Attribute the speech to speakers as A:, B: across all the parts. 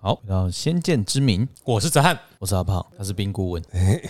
A: 好，然后《先见之明》，
B: 我是泽汉，
A: 我是阿胖，他是冰顾问，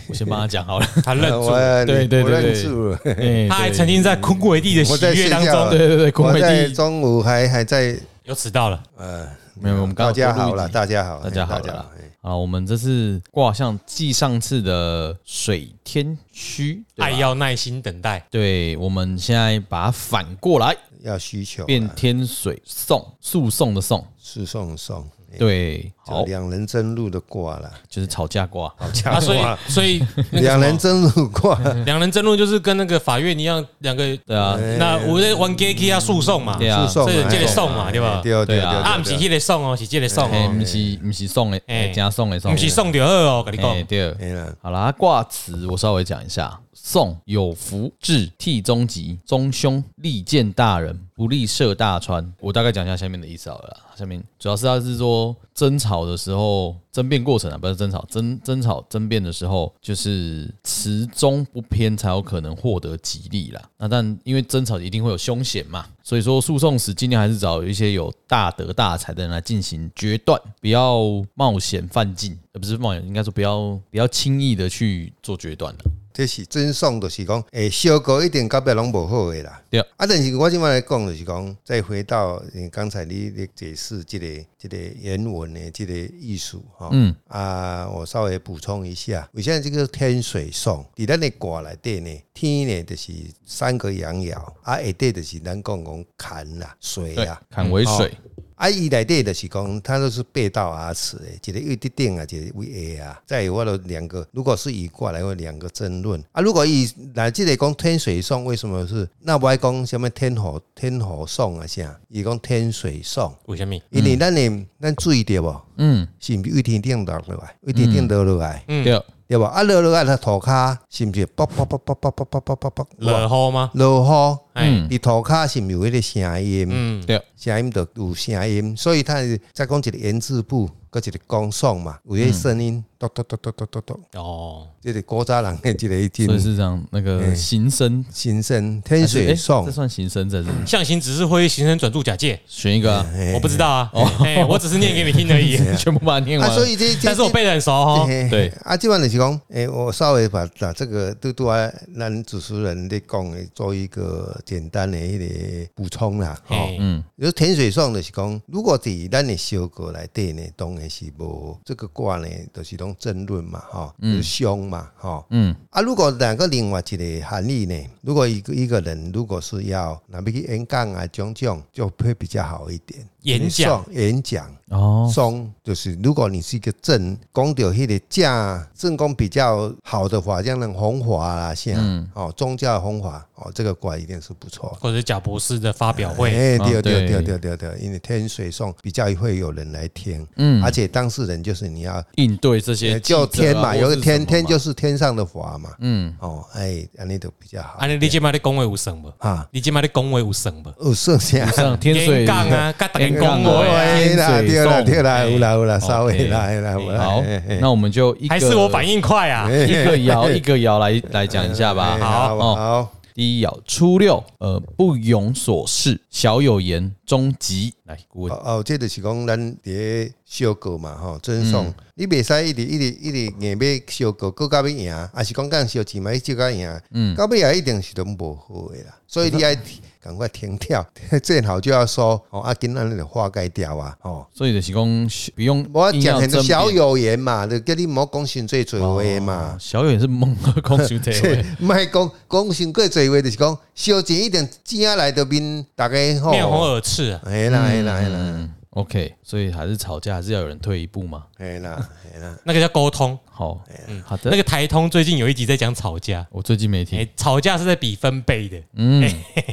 A: 我先帮他讲好了。
B: 他认
C: 我
B: 住，
A: 对对对
C: 我
A: 对
C: 认住了。
A: 哎
B: 他还
A: 对
B: 沉浸在坤鬼帝的
C: 我
B: 喜
C: 在
B: 悦
C: 睡
B: 当
C: 觉
B: 中，
C: 了
A: 对对对，空
C: 我
A: 美
C: 在
A: 帝
C: 中午还还在
B: 又迟到了。
C: 呃，
A: 没有我们刚
C: 大
A: 好
C: 家好
A: 录一
C: 了，
A: 集
C: 大家好，哎
A: 大家好
C: 大家
A: 了
C: 好。
A: 啊，我们这次卦象继上次的水天虚，对
B: 爱
A: 啊吧
B: 要耐心等待，
A: 对，我们现在把它反过来
C: 要需求啊啦
A: 变天水送，诉讼的讼，
C: 诉讼送，哎
A: 对，
C: 就
A: 好，
C: 两人争路的挂了，
A: 就是吵架卦，
B: 啊，所以所以那个什么
C: 两人争路挂，
B: 两人争论就是跟那个法院一样，两个
A: 对啊，
B: 那我在玩 gay key 啊诉讼嘛，
A: 对啊，
C: 诉讼
B: 所以这个送嘛，对吧
C: 哎？对对
A: 对
C: 对
A: 啊
B: 啊，不是
C: 对，
B: 迄个送哦，是这个送
A: 哎，
B: 哦，
A: 不是不是送的，哎，
B: 哎
A: 加送的送
B: 不
A: 的，
B: 是送就好哦，跟你
A: 哎，
B: 讲，
A: 对。
C: 没了，
A: 好啦，卦辞我稍微讲一下：宋有福，至替中吉，中凶，利见大人，不利涉大川。我大概讲一下下面的意思好了啦。下面主要是他是说争吵的时候，争辩过程啊，不是争吵，争争吵争辩的时候，就是持中不偏，才有可能获得吉利啦。那但因为争吵一定会有凶险嘛，所以说诉讼时尽量还是找一些有大德大才的人来进行决断，不要冒险犯禁，而不是冒险，应该说不要不要轻易的去做决断了。
C: 这是真送，就是讲，诶，小狗一点到尾拢无好的啦。
A: 对
C: 啊，但是我今晚来讲，就是讲，再回到你刚才你你解释这个这个原文的这个意思哈。嗯啊，我稍微补充一下，我现在这个天水送，伫咱的卦内底呢，天呢就是三个阳爻，啊，下底就是咱讲讲坎啦、水
A: 对
C: 啦，，
A: 坎为水，
C: 啊，伊内底就是讲，它都是背道而驰的，一个有得顶啊，一个为下啊。再有我就两个，如果是以卦来，我两个争论啊。如果以来这个讲天水送，为什么是那不爱讲什么天火天火送啊？啥？伊讲天水送，
B: 为什么？
C: 因为咱的咱水对无，
A: 嗯，
C: 是毋是有天顶落落来，有天顶落落来，
A: 对，
C: 对无？啊，落落来它涂骹是毋是？啵啵啵啵啵啵啵啵啵啵
B: 落
C: 落
B: 雨吗？
C: 落
B: 哎，
C: 雨，伊涂骹是毋是有迄个声音？
B: 嗯，
A: 对，啊
C: 声音就有声音，所以它再讲一个言字部，搁一个讲诵嘛，有迄个声音，
A: 嗯
C: 咚咚咚咚咚咚咚，
B: 哦，
C: 这是古早人的一个
A: 所以
C: 真
A: 是这样。那
C: 哎
A: 个行声，
C: 心声，天
A: 还是
C: 水
A: 诶
C: 颂
A: 这，算行声，这是
B: 象形只是会形成转注假借，
A: 选一个
C: 哎
A: 啊，
B: 我不知道啊，哎，我只是念给你听而已，
A: 全部把它念
C: 啊，
A: 完。
C: 所以这这
B: 但是我背得很熟哦。
C: 嘿
A: 对
C: 啊，基本就是讲，诶、我稍微把把这个对对啊，咱主持人咧讲的做一个简单的一个补充啦，吼、
B: 哎，
C: 有天水上就是讲，如果伫咱的小过内底呢，当然是无这个卦呢，就是讲争论嘛，吼、就是凶嘛，吼、
A: 嗯，
C: 啊，如果两个另外一个含义呢，如果一个一个人如果是要那边去演讲啊、讲讲，就会比较好一点。
B: 演讲
C: 送、演讲、
A: 哦，
C: 松，就是如果你是一个正，讲到迄个正正宫比较好的话，像那种红华啊，像、哦宗教的红华哦，这个卦一定是不错。
B: 或者是贾博士的发表会，
C: 哎，
A: 啊
C: 对对
A: 对
C: 对对对对，因为天水送比较会有人来听，
A: 嗯
C: 而且当事人就是你要
A: 应对这些记者
C: 叫
A: 啊
C: 哎天嘛，有个天天就
A: 或是什么嘛
C: 是天上的华嘛，
A: 嗯，
C: 哦，哎，安尼都比较好
B: 啊，你你今麦的恭维有神不？
C: 啊。
B: 你今麦的恭维有神不？
C: 有剩下
A: 上天水
B: 演讲 啊，跟大家
A: 演
B: 恭
A: 讲啊
B: 维啊，
C: 对啦
A: 天水
C: 对啦
A: 送
C: 对啦，
B: 哎
C: 有啦有啦，
A: OK
C: 稍微啦有啦有啦。
A: 好
C: 哎，
A: 那我们就一个哎
B: 还是我反应快啊？
A: 一个 爻一个爻来来讲一下吧。
C: 哎
A: 哦
C: 好，
A: 第一爻初六，呃，不庸所事，小有言，终极。来，顾问
C: 哦，哦，这就是讲咱伫小狗嘛，
B: 嗯
C: 吼，尊送你袂使一直一直一直硬要小狗，够到要赢，还是讲讲小钱嘛，就到赢，嗯，到尾也一定是拢无好诶啦，所以你
B: 嗯
C: 爱赶快停掉， 正好就要说，哦，啊，今仔日就化解掉啊，哦。啊
A: 所以就是讲不用
C: 我
A: 硬要
C: 讲很多
A: 争
C: 小
A: 辩
C: 有言嘛，就叫你莫讲伤最嘴话嘛，，
A: 小有言是蒙和空虚这
B: 哦
A: 位
C: 莫讲讲伤过嘴话，就是讲小钱一定正来就面大家吼，
B: 面红耳赤啊，
C: 哎啦哎啦哎啦
A: 嗯，OK，所以还是吵架还是要有人退一步嘛。
C: 哎啦哎啦，
B: 那个叫沟通。
A: 好，
C: 哎
A: 好
B: 那
A: 的，
B: 个台通最近有一集在讲吵架，
A: 我最近没
B: 哎、
A: 听。
B: 吵架是在比分贝的，
A: 嗯，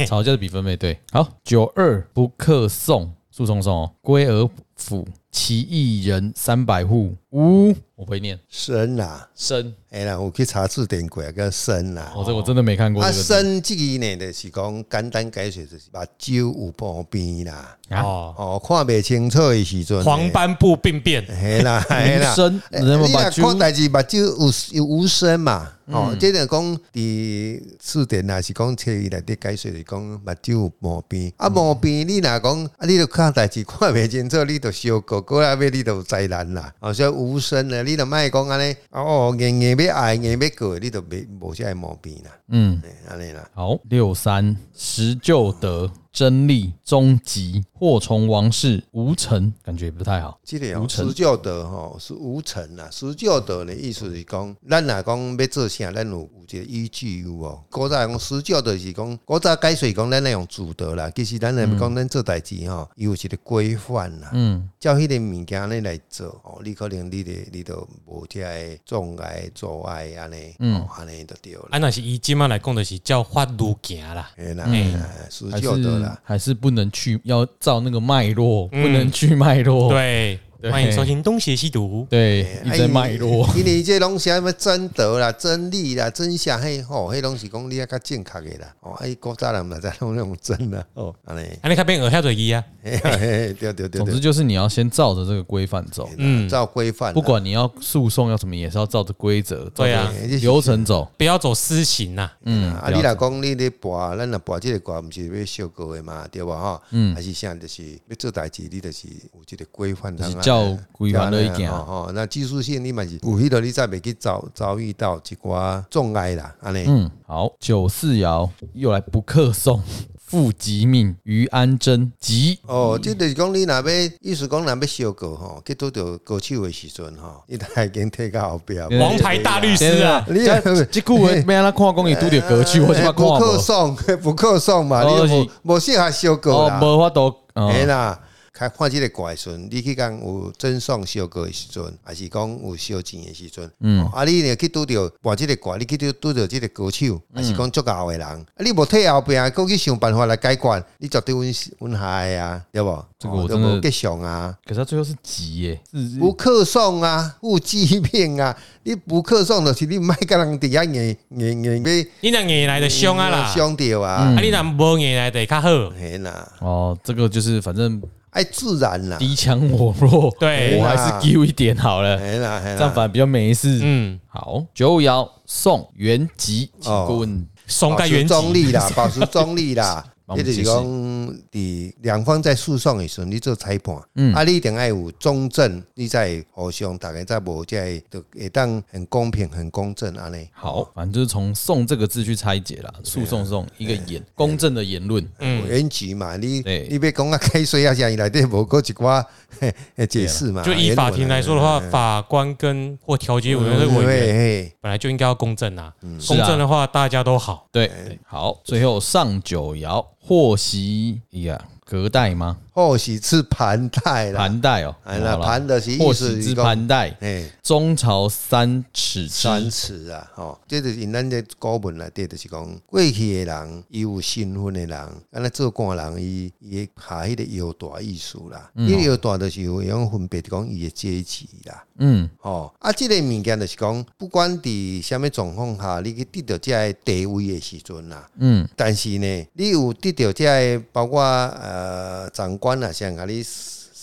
A: 吵架的比分配对。好，九二不克送，诉讼送哦，归而府，其一人三百户。呜，我不会念
C: 神啦。
A: 生，
C: 哎啦，我去查字典过个
B: 哦
C: 生啦。
A: 哦我、这我真的没看过
C: 啊，
A: 这个字。
C: 生这个呢，就是讲简单解释，就是目睭有毛病啦，
A: 啊
B: 哦，
C: 哦，看不清楚的时阵，
B: 黄斑部病变，
C: 嘿啦，嘿 啦，
A: 生
C: 哎
A: 人们
C: 你
A: 把
C: 若
A: 猪
C: 看代志目睭有有无声嘛？哦，即个讲伫字典啊，是讲册内底解释是讲嗯目睭有毛病，啊毛病你若讲啊，你著看代志看袂清楚，你著小狗过来尾你就有灾难啦。啊，所以无声呢，你就莫讲安尼，哦，硬硬要爱，硬要过，你就没无啥毛病啦。
A: 嗯，
C: 哎安尼啦，
A: 好，六三十就得真力终极祸从王室无成，感觉也不太好。
C: 这个
A: 无
C: 哦，
A: 成
C: 施教德吼是无成啦。施教德的意思是讲，咱若讲要做啥，咱有有一个依据有哦。古早讲施教德是讲，古早解释讲咱那用主德啦，其实咱若要讲咱做代志吼，伊有一个规范啦。
A: 嗯
C: 照迄个物件安尼来做，哦，你可能你的你都无遮个障碍阻碍安尼，
A: 嗯
C: 哦，安尼就对
A: 哎
C: 啦，
B: 啊，那是伊即嘛来讲的是叫法律行啦，
C: 哎啦，
B: 嗯
C: 哎施
A: 还
C: 教德
A: 是
C: 啦，
A: 还是不能去，要照那个脉络，
B: 嗯
A: 不能去脉络。
B: 对，
A: 哦对
B: 欢迎收听《东邪西毒》。
C: 哎
A: 对，一直在脉络。
C: 因为这拢是什么真德啦、真理啦、真相迄吼，迄拢是讲你啊较正确的啦，哦，哎，古早人嘛在拢用真啦，哦，安尼，
B: 安尼较变学遐多伊啊，
C: 嘿嘿嘿对对对
A: 总之
C: 对，
A: 就是你要先照着这个规范走，
B: 嗯
C: 照规范啦，
A: 不管你要诉讼要怎么，也是要照着规则、照
B: 对啊
A: 着流程走。
B: 不要走私刑呐。
A: 嗯，
C: 哎啊，
A: 不要
C: 你若讲你咧跋，咱若跋即个歌，毋是要小歌的嘛，对吧？吼，
A: 嗯
C: 还是啥，就是要做代志，你就是有一个规范
A: 就
C: 通
A: 是
C: 啊，
A: 照规范
C: 对
A: 来
C: 啊
A: 行
C: 吼吼，那技术性你嘛是有迄个，你才袂去遭遭遇到一寡障碍啦，安尼。
A: 嗯，好，九四爻又来不克送，父吉命于安贞吉，
C: 哦，即就是讲你若要，意思讲若要小过吼，去拄着高手的时阵吼，你大已经退到后啊哎壁。
A: 对
B: 王牌大律师啊，
C: 你
A: 这句话没让他看讲伊拄着格局，我就怕看
C: 不
A: 无
C: 可。送， 不可送嘛，
A: 哦
C: 你
A: 是
C: 无无适合小过
A: 哦
C: 啦，。
A: 无法度，哦
C: 哎啦，看看即个怪时阵，你去讲有赠送小哥的时阵，还是讲有小钱的时阵，嗯，啊，你若去拄着换即个怪，你去拄拄着即个高
A: 嗯
C: 手，还是讲足够的人，啊，你无退后壁，佫去想办法来解决，你绝对阮阮害啊，对无？
A: 这个我
C: 哦
A: 真的
C: 都无结上啊。
A: 可是他最后是吉耶，是
C: 不客送啊，不欺骗啊！你不客送就是你莫甲人伫遐硬硬硬要
B: 你若硬来的凶啊
A: 嗯
B: 啦，
C: 伤着啊
B: 啊，你若无硬来的较好。
C: 嘿啦，
A: 哦，这个就是反正
C: 爱自然啦，
A: 敌强我弱，
B: 对
A: 我还是丢一点好了，
C: 嘿啦嘿
A: 这样
C: 啦，
A: 反而比较没事。
B: 嗯，
A: 好，九五爻送元吉，请问。
B: 怂
C: 保
B: 个
C: 持
B: 原
C: 中
B: 籍，
C: 立 啦，保持中立啦
A: 帮我们
C: 你就是
A: 解释
C: 讲，伫两方在诉讼的时候，你做裁判，啊，你一定要有中正，你才互相大家才无才就会当很公平、很公正安尼。
A: 好，反正就是从“送”这个字去拆解啦，诉讼送一个言，公正的言论。
B: 嗯
C: 有原局嘛，你
A: 对
C: 你别讲啊，开水啊，啥伊内底无过一寡 嘿嘿解释嘛。
B: 就以
C: 原文啊
B: 法庭来说的话，法官跟或调解委员会委员
C: 嗯对哦嘿
B: 本来就应该要公正啊。
A: 是
B: 公
A: 啊
B: 正的话，大家都好。
C: 哎
A: 对，好，最后上九爻获悉呀，啊隔代吗？
C: 或许是盘带啦，
A: 盘带哦，
C: 哎啦，
A: 好啦
C: 盘的是意
A: 获
C: 思
A: 悉
C: 是
A: 之
C: 讲，
A: 盘带，
C: 哎，
A: 中朝三尺之
C: 三尺啊，吼、这就是因咱这古文内底就是讲，过去的人，伊有身份的人，安尼做官的人，伊伊会下迄个腰带意思啦，
A: 嗯
C: 迄、个腰带就是有会用分别讲伊的阶级啦，
A: 嗯，
C: 吼、啊，即、个物件就是讲，不管伫啥物状况下，你去得到这个地位的时阵啊啦，
A: 嗯，
C: 但是呢，你有得到这个包括呃长官啊，像甲你。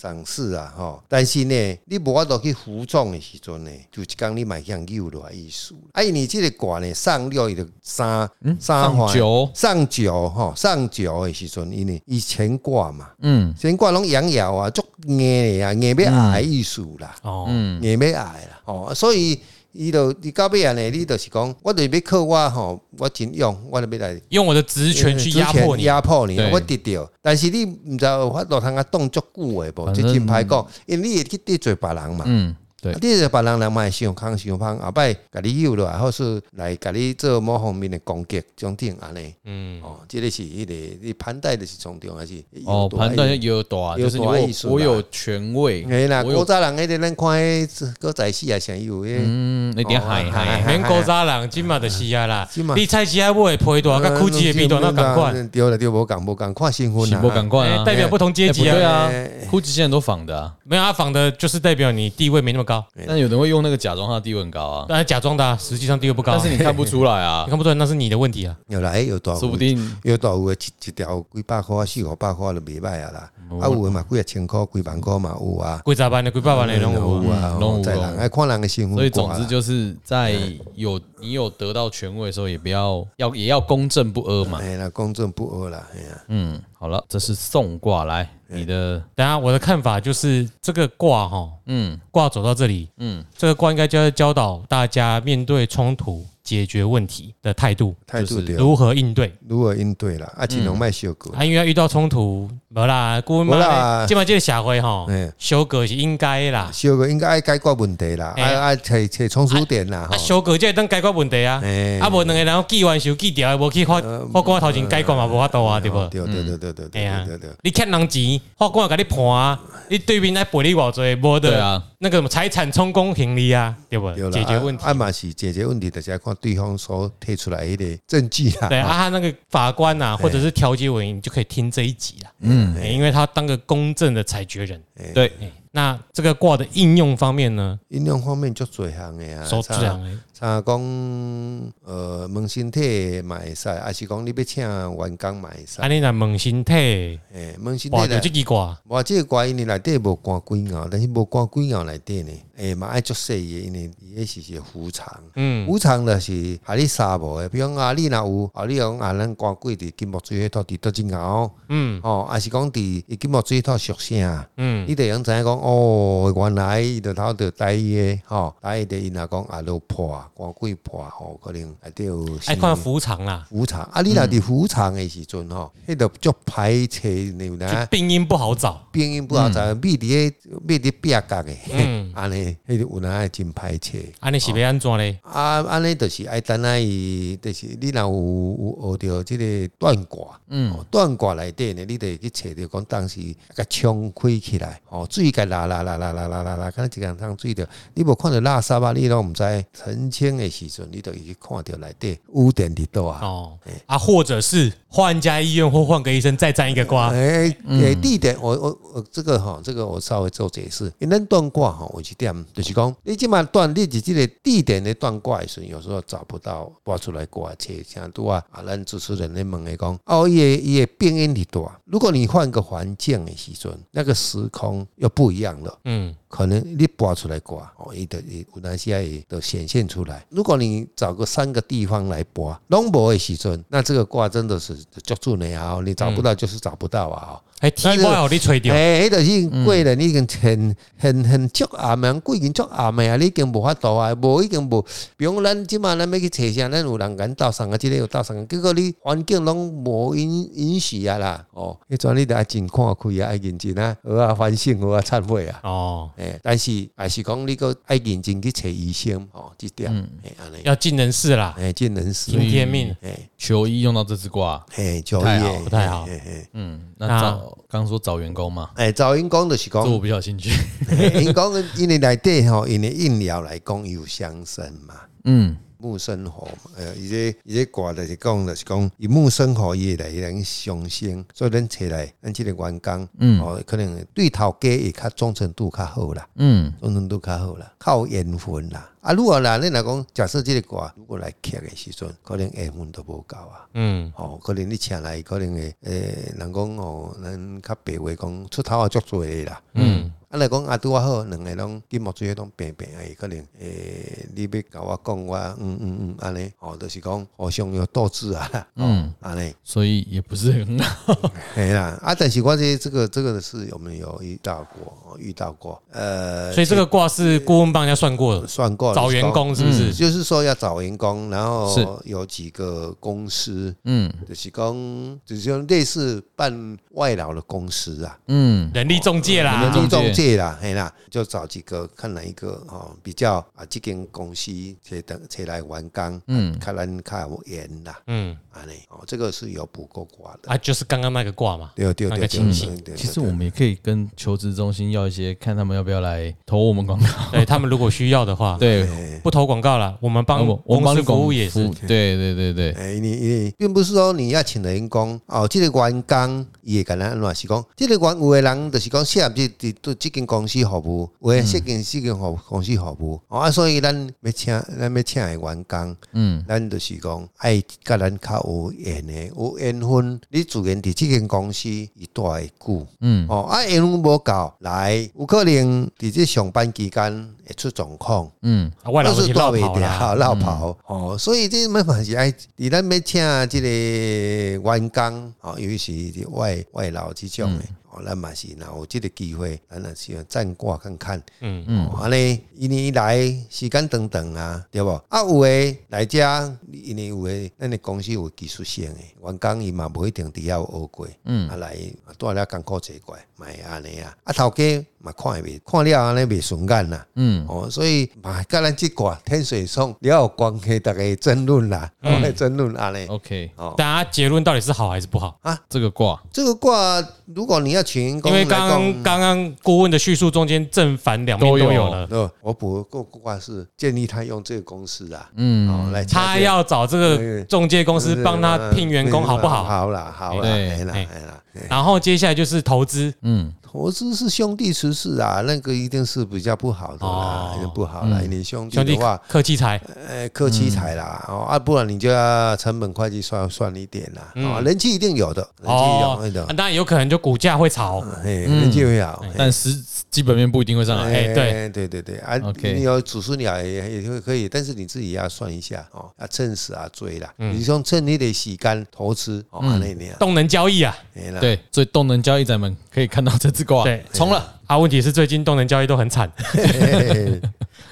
C: 赏识啊，吼！但是呢，你无法度去服众的时阵呢，就一工你买向有落来意思。哎，你即个卦呢，上了伊就三三
A: 嗯上
C: 环
A: 九，
C: 上九吼，上九的时阵，因为以前卦嘛，
A: 嗯，
C: 前卦拢阳爻啊，足硬的啊，硬要爱意思啦。
B: 哦，
A: 嗯
C: 硬要爱啦，吼、所以伊就你到尾安尼，你就是讲，我就是要靠我吼，我真勇，我就要来
B: 用我的职权去压迫你。
C: 压迫你
A: 对，
C: 我得着。但是你毋知有法度通啊当足久的无，
A: 反
C: 这
A: 正
C: 真歹讲，因为你会去得罪别人嘛。
A: 嗯，对
C: 啊，你是别人人嘛会想空想芳，后摆甲你诱落来，或是来甲你做某方面的攻击，种种安尼。
B: 嗯，
C: 哦，即个是迄、个，你盘带的是从中还是？
A: 哦，盘带有多，就是你
C: 有大
A: 我
C: 意思啦
A: 我有权位，
C: 啊哎啦，
A: 我
C: 古
A: 有
C: 早人迄个咱看迄古早戏啊，像伊有迄、
A: 嗯，那点海
C: 哦
A: 海
C: 海
B: 免古早人即嘛就是啊啦
C: 这嘛，呃
B: 你菜市啊买的皮大，甲苦鸡的米大那共款，
C: 嗯对了对了，无共无共看新婚
A: 是
C: 啊，
A: 不赶快
B: 哎
A: 啊，
B: 代表不同阶级
A: 哎不对
B: 啊。
A: 啊，酷极现在都仿的啊，
B: 没有阿仿的，就是代表你地位没那么高，
C: 哎
A: 但有人会用那个假装他的地位很高啊，
B: 当然假装的啊，实际上地位不高啊。
A: 但是你看不出来啊
B: 你，看不出来，那是你的问题啊。
C: 有啦，哎有大有，
A: 说不定
C: 有大有诶，一一条几百箍啊，四五百箍啊，就袂歹啊啦。啊有诶嘛，几啊千箍，几万箍嘛有啊，
B: 几十万的、几百万的拢有啊。
C: 有啊，
A: 嗯拢有
C: 在
A: 拢
C: 人
A: 有
C: 爱看人诶新婚，
A: 所以总之就是在有你有得到权位的时候，也不要要也要公正不阿嘛。
C: 哎啦，公正不阿啦，哎呀，
A: 嗯，好了，这是送卦，来你的，
B: 等一下我的看法就是这个卦哈，
A: 嗯
B: 卦走到这里，
A: 嗯，
B: 这个卦应该就是教导大家面对冲突、解决问题的态度，
C: 态度对，
B: 如何应对。
C: 如何应对啦？啊，尽量卖小狗，
B: 啊，因为遇到冲突，无啦，顾问
C: 没
B: 妈
C: 啦
B: 呢，今嘛这个社会吼
C: 嗯，
B: 修改是应该的啦，
C: 小狗应该爱解决问题啦，
B: 嘿
C: 爱爱找找冲突点啦，
B: 哎啊，
C: 吼。
B: 修改才会当解决问题啊，
C: 哎
B: 啊，无两个人记完修记掉，无去法法官头前解决嘛，无法度啊，对
C: 对
B: 不？
C: 哦对对对对对
B: 哎呀
C: 对对对，
B: 你欠人钱，法官甲你判啊，你对面来赔你偌济，无
A: 对
B: 的
A: 啊，
B: 那个什么财产充公平利啊，对不？
C: 对啦
B: 解决问题
C: 啊。啊嘛是解决问题，就是要看对方所提出来的证据啦。
B: 对啊，他那个法官呐、啊，或者是调解委员，你就可以听这一集啦。
A: 嗯，
B: 欸因为他当个公正的裁决人。
A: 对，
B: 欸那这个卦的应用方面呢，
C: 应用方面足侪项的啊，
B: 手指
C: 像
B: 两个
C: 像讲呃问身体嘛会使，还是讲你要请员工嘛会使
B: 安。尼若问身体，
C: 诶，问身
B: 挂
C: 体
B: 着
C: 啦
B: 啊这，支卦，
C: 我这个关于你内底无关鬼咬，但是无关鬼咬内底呢，诶嘛爱足细的，因为伊迄是一个无常。
B: 嗯，
C: 无常就是啊，你沙无的，比如讲啊，你若有啊，你讲啊，咱关鬼伫金木水迄套伫倒真熬，
B: 嗯
C: 哦，啊是讲伫金木水迄套属啥？
B: 嗯，
C: 你得用知影讲哦，原来伊就头着台伊诶吼，台伊的伊若讲啊落破，光鬼破吼，可能内底有
B: 爱哎看服场啦，
C: 服场啊，你若伫服场诶时阵吼，迄着足歹找你有
B: 嗯就
C: 呐，
B: 病因不好找。
C: 病因不好找，秘伫诶秘伫壁角诶
B: 嗯，
C: 安尼迄个有呐真歹找。
B: 安尼是要安怎嘞？
C: 啊，安尼就是爱等啊伊，就是你若有有学着即个断卦，嗯，断卦内底呢，你得去找着讲当时甲冲开起来，哦，水甲拉拉拉拉拉拉拉拉，敢若一人通水着，你无看着垃圾啊，你拢毋知澄清的时阵，你就去看着内底污点伫倒啊。
B: 哦，啊，或者是换一家医院或换个医生再占一个卦，
C: 哎、诶，地点，我我我这个哈，这个我稍微做解释。因为咱断卦哈，有一点就是讲，你即码断，你是这个地点的断卦的时候，有时候找不到挂出来挂切，像拄啊啊，咱主持人咧问的讲，哦，伊的伊的变因伫大。如果你换个环境的时阵，那个时空又不一样了。
B: 嗯，
C: 可能你拔出来刮，哦，伊的有哪些也都显现出来。如果你找个三个地方来拔，拢无的时阵，那这个卦真的是就准的啊！你找不到就是找不到啊！
B: 还提
C: 那就
B: 哎卦互你吹掉，
C: 哎、迄著是过了，你已经很很很足暗的，过已经足暗的啊！你已经无法度啊，无已经无。比如讲咱即满咱要去找啥，咱有人敢斗相啊，即个有斗相啊，结果你环境拢无允允许啊啦！哦，迄阵你著爱真看开啊，爱认真啊，好啊反省，好啊忏悔啊！
B: 哦，
C: 诶，但是还是讲你个爱认真去找医生哦，这点
B: 嗯
C: 诶，安尼
B: 要尽人事啦，
C: 诶，见人事
B: 听天命。
C: 诶
A: 求医用到这只卦，
C: 诶，就
A: 太
C: 业
A: 好
B: 不太好
C: 诶诶，
A: 嗯，
B: 啊
A: 那找刚说找员工嘛，
C: 诶，赵英讲就是
A: 这
C: 讲，
A: 我比较有兴趣，
C: 嘿因讲因为内底吼，因为饮料来讲有相生嘛。
A: 嗯
C: 木生火嘛，呃，伊这伊这卦就是讲，就是讲以木生火，伊会来人上升，所以咱找来咱即个员工，嗯，哦，可能对头家会较忠诚度较好啦。
A: 嗯
C: 拢能都较好啦，较有缘分啦。啊，如果啦，你若讲假设即个卦如果来刻的时阵，可能缘分都无够啊。
B: 嗯，
C: 哦，可能你请来，可能会诶、人讲哦，咱较白话讲出头啊足多的啦。嗯，啊，若讲啊拄啊好，两个拢金木水拢平平诶，可能诶、你要甲我讲我嗯嗯嗯安尼，哦，就是讲互相有斗志啊啦，
A: 嗯，
C: 安尼。
A: 所以也不是很 好，
C: 嘿啦，啊，但是我这这个这个是我们有遇到过，哦遇到过，呃，
B: 所以这个卦是顾问帮人家算过的，
C: 算过
B: 找员
C: 工。
B: 工是不是？
C: 就是说要找员工，然
A: 嗯是
C: 后有几个公司，
A: 嗯
C: 就是讲就是说类似办外劳的公司啊，
A: 嗯
B: 人力中介
A: 啊
B: 啦
A: 人力，
C: 中
A: 中
C: 中介啦，嘿啦，就找几个看哪一个哦比较啊，这间公司找等找来员工，
A: 嗯
C: 看咱较有缘啦，
B: 嗯，
C: 安尼哦，这个是有补过卦的，
B: 啊，就是刚刚那个卦嘛，
C: 对对
B: 那
C: 对
B: 个
C: 对
B: 情形
C: 对对，
A: 其实
C: 对
A: 我们也可以跟求职中心要一些，看他们要不要来投我们广告。
B: 对他们如果需要的话，
A: 对，
C: 哎
B: 不投广告了，我们帮
A: 我我们
B: 公
A: 帮
B: 司
A: 你
B: 服务也
A: 服
B: 是
A: 务，对对对对，
C: 哎，你你并不是说你要请人工哦，这个员工伊会干咱安怎是讲，这个员有的人就是讲适合这这这间公司服务，有诶，这间这间服公司服务，哦啊，所以咱要请咱要请诶员工，
A: 嗯，
C: 咱就是讲爱甲咱较有缘诶，有缘分，你自然伫即间公司伊待会久，
A: 嗯，
C: 哦啊，缘分无够，来有可能伫即上班期间会出状况。
A: 嗯，
B: 啊外劳
C: 都
B: 就是是
C: 大
B: 绕
C: 尾
B: 跑嗯啦，
C: 掉，绕跑哦，所以这么嘛是爱，你咱要请这个员工哦，尤其是外外劳这种
B: 嗯
C: 的哦，咱嘛是若有这个机会，咱也是要占卦看看。
B: 嗯，
C: 哦，安尼，因为伊来时间长长啊，对无啊，有诶来遮，因为有诶，咱诶公司有技术性诶，员工伊嘛无一定伫遐有学过，嗯，啊来啊带了艰苦坐怪，嘛会安尼啊，啊头家嘛看会袂，看了安尼袂顺眼啦，嗯，哦，所以嘛，甲咱即挂天水送了有关系，逐个争论啦，嗯、争论安尼，
A: OK，
C: 哦，
B: 大家结论到底是好还是不好？
A: 这个卦，
C: 这个卦如果你要请员工
B: 因
C: 来
B: 为
C: 讲，
B: 刚刚刚顾问的叙述中间正反两面
A: 都有
B: 都有了，
C: 对，我补个卦是建议他用这个公式啊，
A: 嗯，
C: 哦，来
B: 他
C: 要。
B: 要找这个中介公司帮他聘员工，好不好？
C: 好啦，好啦，
A: 对
C: 哎啦，
B: 哎
C: 哎啦，哎
B: 然后接下来就是投资，
A: 嗯，
C: 投资是兄弟出事啊，那个一定是比较不好的啦
B: 哦，
C: 一定不好啦。你兄弟
B: 兄
C: 的
A: 啊
B: 弟
C: 话，
B: 客气财，
C: 呃，客气财啦，哦啊，不然你就要成本会计算算一点啦，
B: 嗯
C: 啊，人气一定有的，人
B: 哦
C: 气有的，
B: 啊当然有可能就股价会炒，
C: 哎，人气有有。
A: 但是基本面不一定会上来，
B: 嗯哎对
C: 对对对啊
A: OK
C: 你有祖孙鸟也也会可以，但是你自己要算一下哦，啊，趁死啊追啦，
B: 嗯
C: 你说趁你的时间投资哦，那那样，
B: 动能交易啊。
C: 哎啦，
A: 对，所以动能交易咱们可以看到这只卦，
B: 对
A: 冲了，
B: 啊，问题是最近动能交易都很惨。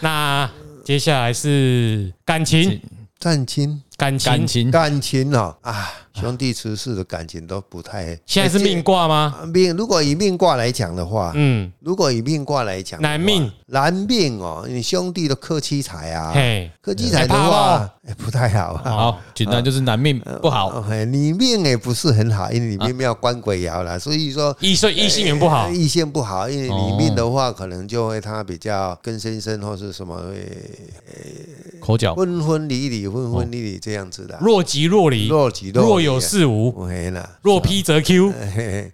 B: 那接下来是感情，
C: 战亲。
B: 感情，
A: 感情，
C: 感情哦啊，兄弟出世的感情都不太。
B: 现在是命卦吗？
C: 啊命，如果以命卦来讲的话，
B: 嗯，
C: 如果以命卦来讲的话，
B: 男命
C: 男命哦，你兄弟的克妻财啊，
B: 嘿，
C: 克妻财的
B: 哎怕
C: 话
B: 哦、
C: 哎不太好啊。
A: 好，简单就是男命不好，
C: 哦哎你命也不是很好，因为你命要官鬼爻啦，所以说。
B: 异性异性缘不好
C: 哎，意见不好，因为你
A: 哦
C: 命的话，可能就会他比较跟先生或是什么会
A: 口角，
C: 昏昏离离、昏昏离离这样子的啊，
B: 若即若离，
C: 若即若离啊哎
B: 若有似无，
C: 嘿啦，
B: 若 P 则 Q。
C: 嘿嘿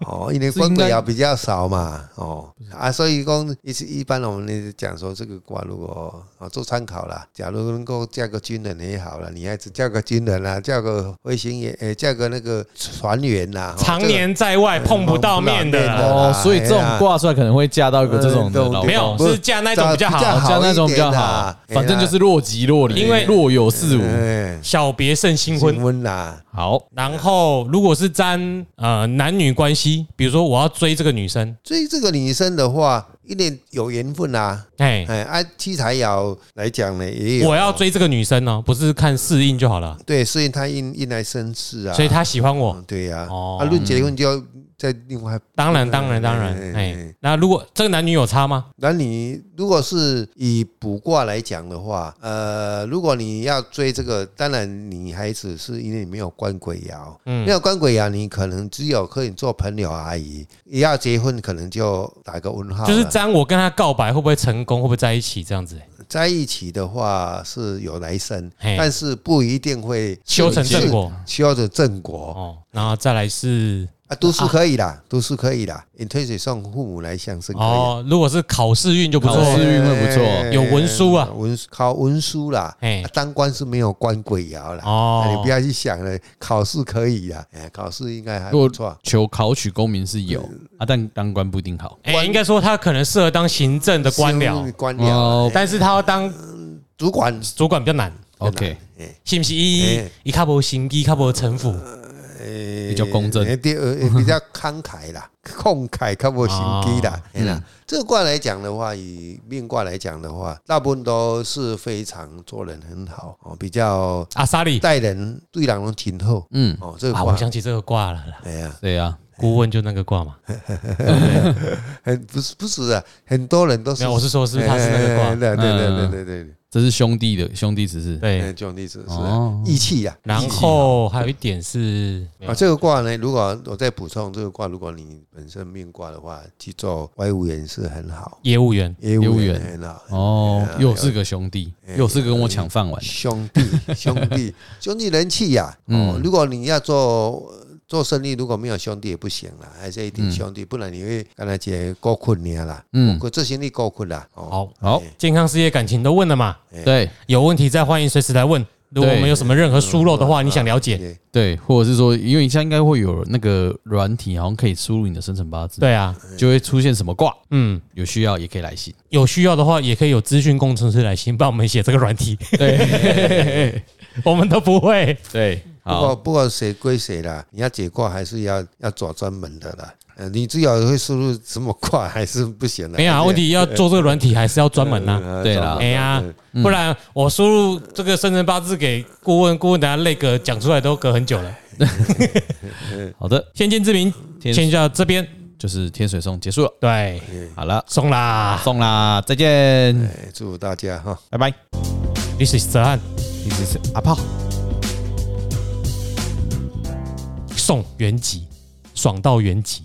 C: 哦，因为
A: 是
C: 官
A: 应
C: 鬼
A: 该
C: 爻比较少嘛，哦啊，所以讲一是一般我们讲说这个卦如果啊做参考啦，假如能够叫个军人也好了，你还是叫个军人啦，叫个飞行员，呃，叫个那个船员啦，哦
B: 常年在外碰不到面
C: 碰不到面
B: 的，
A: 哦，所以这种挂出来可能会嫁到一个这种的
C: 嗯
A: 老公，哦
B: 没有
C: 不
B: 哦是嫁那种比较好
C: 嫁
A: 嫁那种比较
C: 一点
A: 好
C: 啦，
A: 反正就是若即若离，
B: 因为
A: 若有似无。
C: 哎
B: 小别胜新婚
C: 新。婚啦，
A: 好，
B: 然后，如果是沾呃男女关系，比如说我要追这个女生，
C: 追这个女生的话，一定有缘分啦，
B: 哎，
C: 哎，按七彩爻来讲呢，也有
B: 我要追这个女生
C: 哎
B: 哦，不是看适应就好了。
C: 对，所以他因因来生事啊，
B: 所以她喜欢我
C: 嗯，，对呀、
B: 哦
C: 啊，论结婚就要在另外。
B: 当然，当然，当
C: 哎
B: 然，
C: 哎
B: 哎，那如果这个男女有差吗？
C: 那你如果是以卜卦来讲的话，呃，如果你要追这个，当然你还只是因为你没有官鬼爻，
B: 嗯
C: 没有官鬼爻，你可能只有可以做朋友而已。也要结婚，可能就打个问号了。啊
B: 就是沾我跟他告白会不会成功，会不会在一起这样子、
C: 在一起的话是有来生，
B: 嘿
C: 但是不一定会
B: 修成正果，
C: 修成正果
B: 哦，然后再来是
C: 啊。读书可以啦，读书可以啦，你推水送父母来相生可以啦。
B: 哦，如果是考试运就不
A: 考
B: 错，
A: 试运会不
C: 哎
A: 错，
B: 有文书啊
C: 文书考文书啦，
B: 哎
C: 啊当官是没有官鬼爻啦。
B: 哦
C: 啊你不要去想了，考试可以啦，哎，考试应该还
A: 如
C: 不
A: 果
C: 错。
A: 求考取功名是有
C: 哎
A: 啊，但当官不一定好。
B: 哎、应该说他可能适合当行政的官僚，
C: 官
A: 哦
C: 僚，哎
B: 但是他要当
C: 主管
B: 主管比较难，
A: OK，
B: 是不是？一
C: 哎
B: 一卡波心机，卡波城府，
C: 比
A: 较公正
C: 第二 哎比较慷慨啦，慷慨较无心
B: 哦
C: 机啦，哎
B: 嗯
C: 啦。这个卦来讲的话，以命卦来讲的话，大部分都是非常做人很好哦，比较
B: 阿萨里
C: 待人对人拢挺好
A: 嗯，
C: 哦。这个
B: 啊，我
C: 卦，
B: 想起这个卦了啦，
C: 哎呀。
A: 对啊，
B: 顾问就那个卦嘛，
C: 很不是不是啊，很多人都是
B: 没有，我是说是不是他是那个
C: 哎
B: 卦？
C: 对对对
A: 嗯
C: 对对对
A: 这是兄弟的兄弟之事。
C: 对，
B: 对，
C: 兄弟是是啊
A: 哦，
C: 义气呀。
B: 然后还有一点是，
C: 啊，这个卦呢，如果我再补充这个卦，如果你本身命卦的话，去做外务员是很好，
B: 业务员
C: 业
A: 务
C: 务
A: 员
C: 员很好。
A: 哦，
C: 哎
A: 又是个兄弟，又是个跟我抢饭碗。
B: 嗯
C: 兄弟，兄弟，兄弟人气呀！哦，如果你要做做生意如果没有兄弟也不行啦，还是一
B: 嗯
C: 定兄弟，不然你会刚才姐过困难啦，
A: 嗯
C: 嗯，过执行力过困啦，哦，
B: 好，
A: 好，
B: 健康、事业、感情都问了嘛，
C: 哎
A: 对
B: 有问题再欢迎随时来问。如果我们有什么任何疏漏的
A: 嗯
B: 话，你想了解，
C: 哦对，
A: 对，或者是说，因为你现在应该会有那个软体，好像可以输入你的生辰八字，，
B: 对啊，
A: 就会出现什么卦，
B: 嗯，
A: 有需要也可以来信。
B: 有需要的话也可以有资讯工程师来信帮我们写这个软体，
A: 对
B: 我们都不会。
A: 对，
C: 不过
A: 好，
C: 不过谁归谁啦，你要解卦还是要要找专门的啦，呃，你只有会输入什么卦还是不行的，
B: 没有啊，问题要做这个软体还是要专门呐、
C: 呃
A: 对啦
C: 专门
B: 哎呀，不然我输入这个生辰八字给顾问，顾问等下累个讲出来都隔很久了。
A: 好的，
B: 先见之明，
A: 天
B: 先到这边，
A: 就是天水送结束了，
B: 对，
A: 好了，
B: 送啦。
A: 送啦，再见，
C: 哎祝大家哈。
A: 拜拜。
B: This is 泽汉
A: 一直是阿炮，
B: 送原籍，爽到原籍。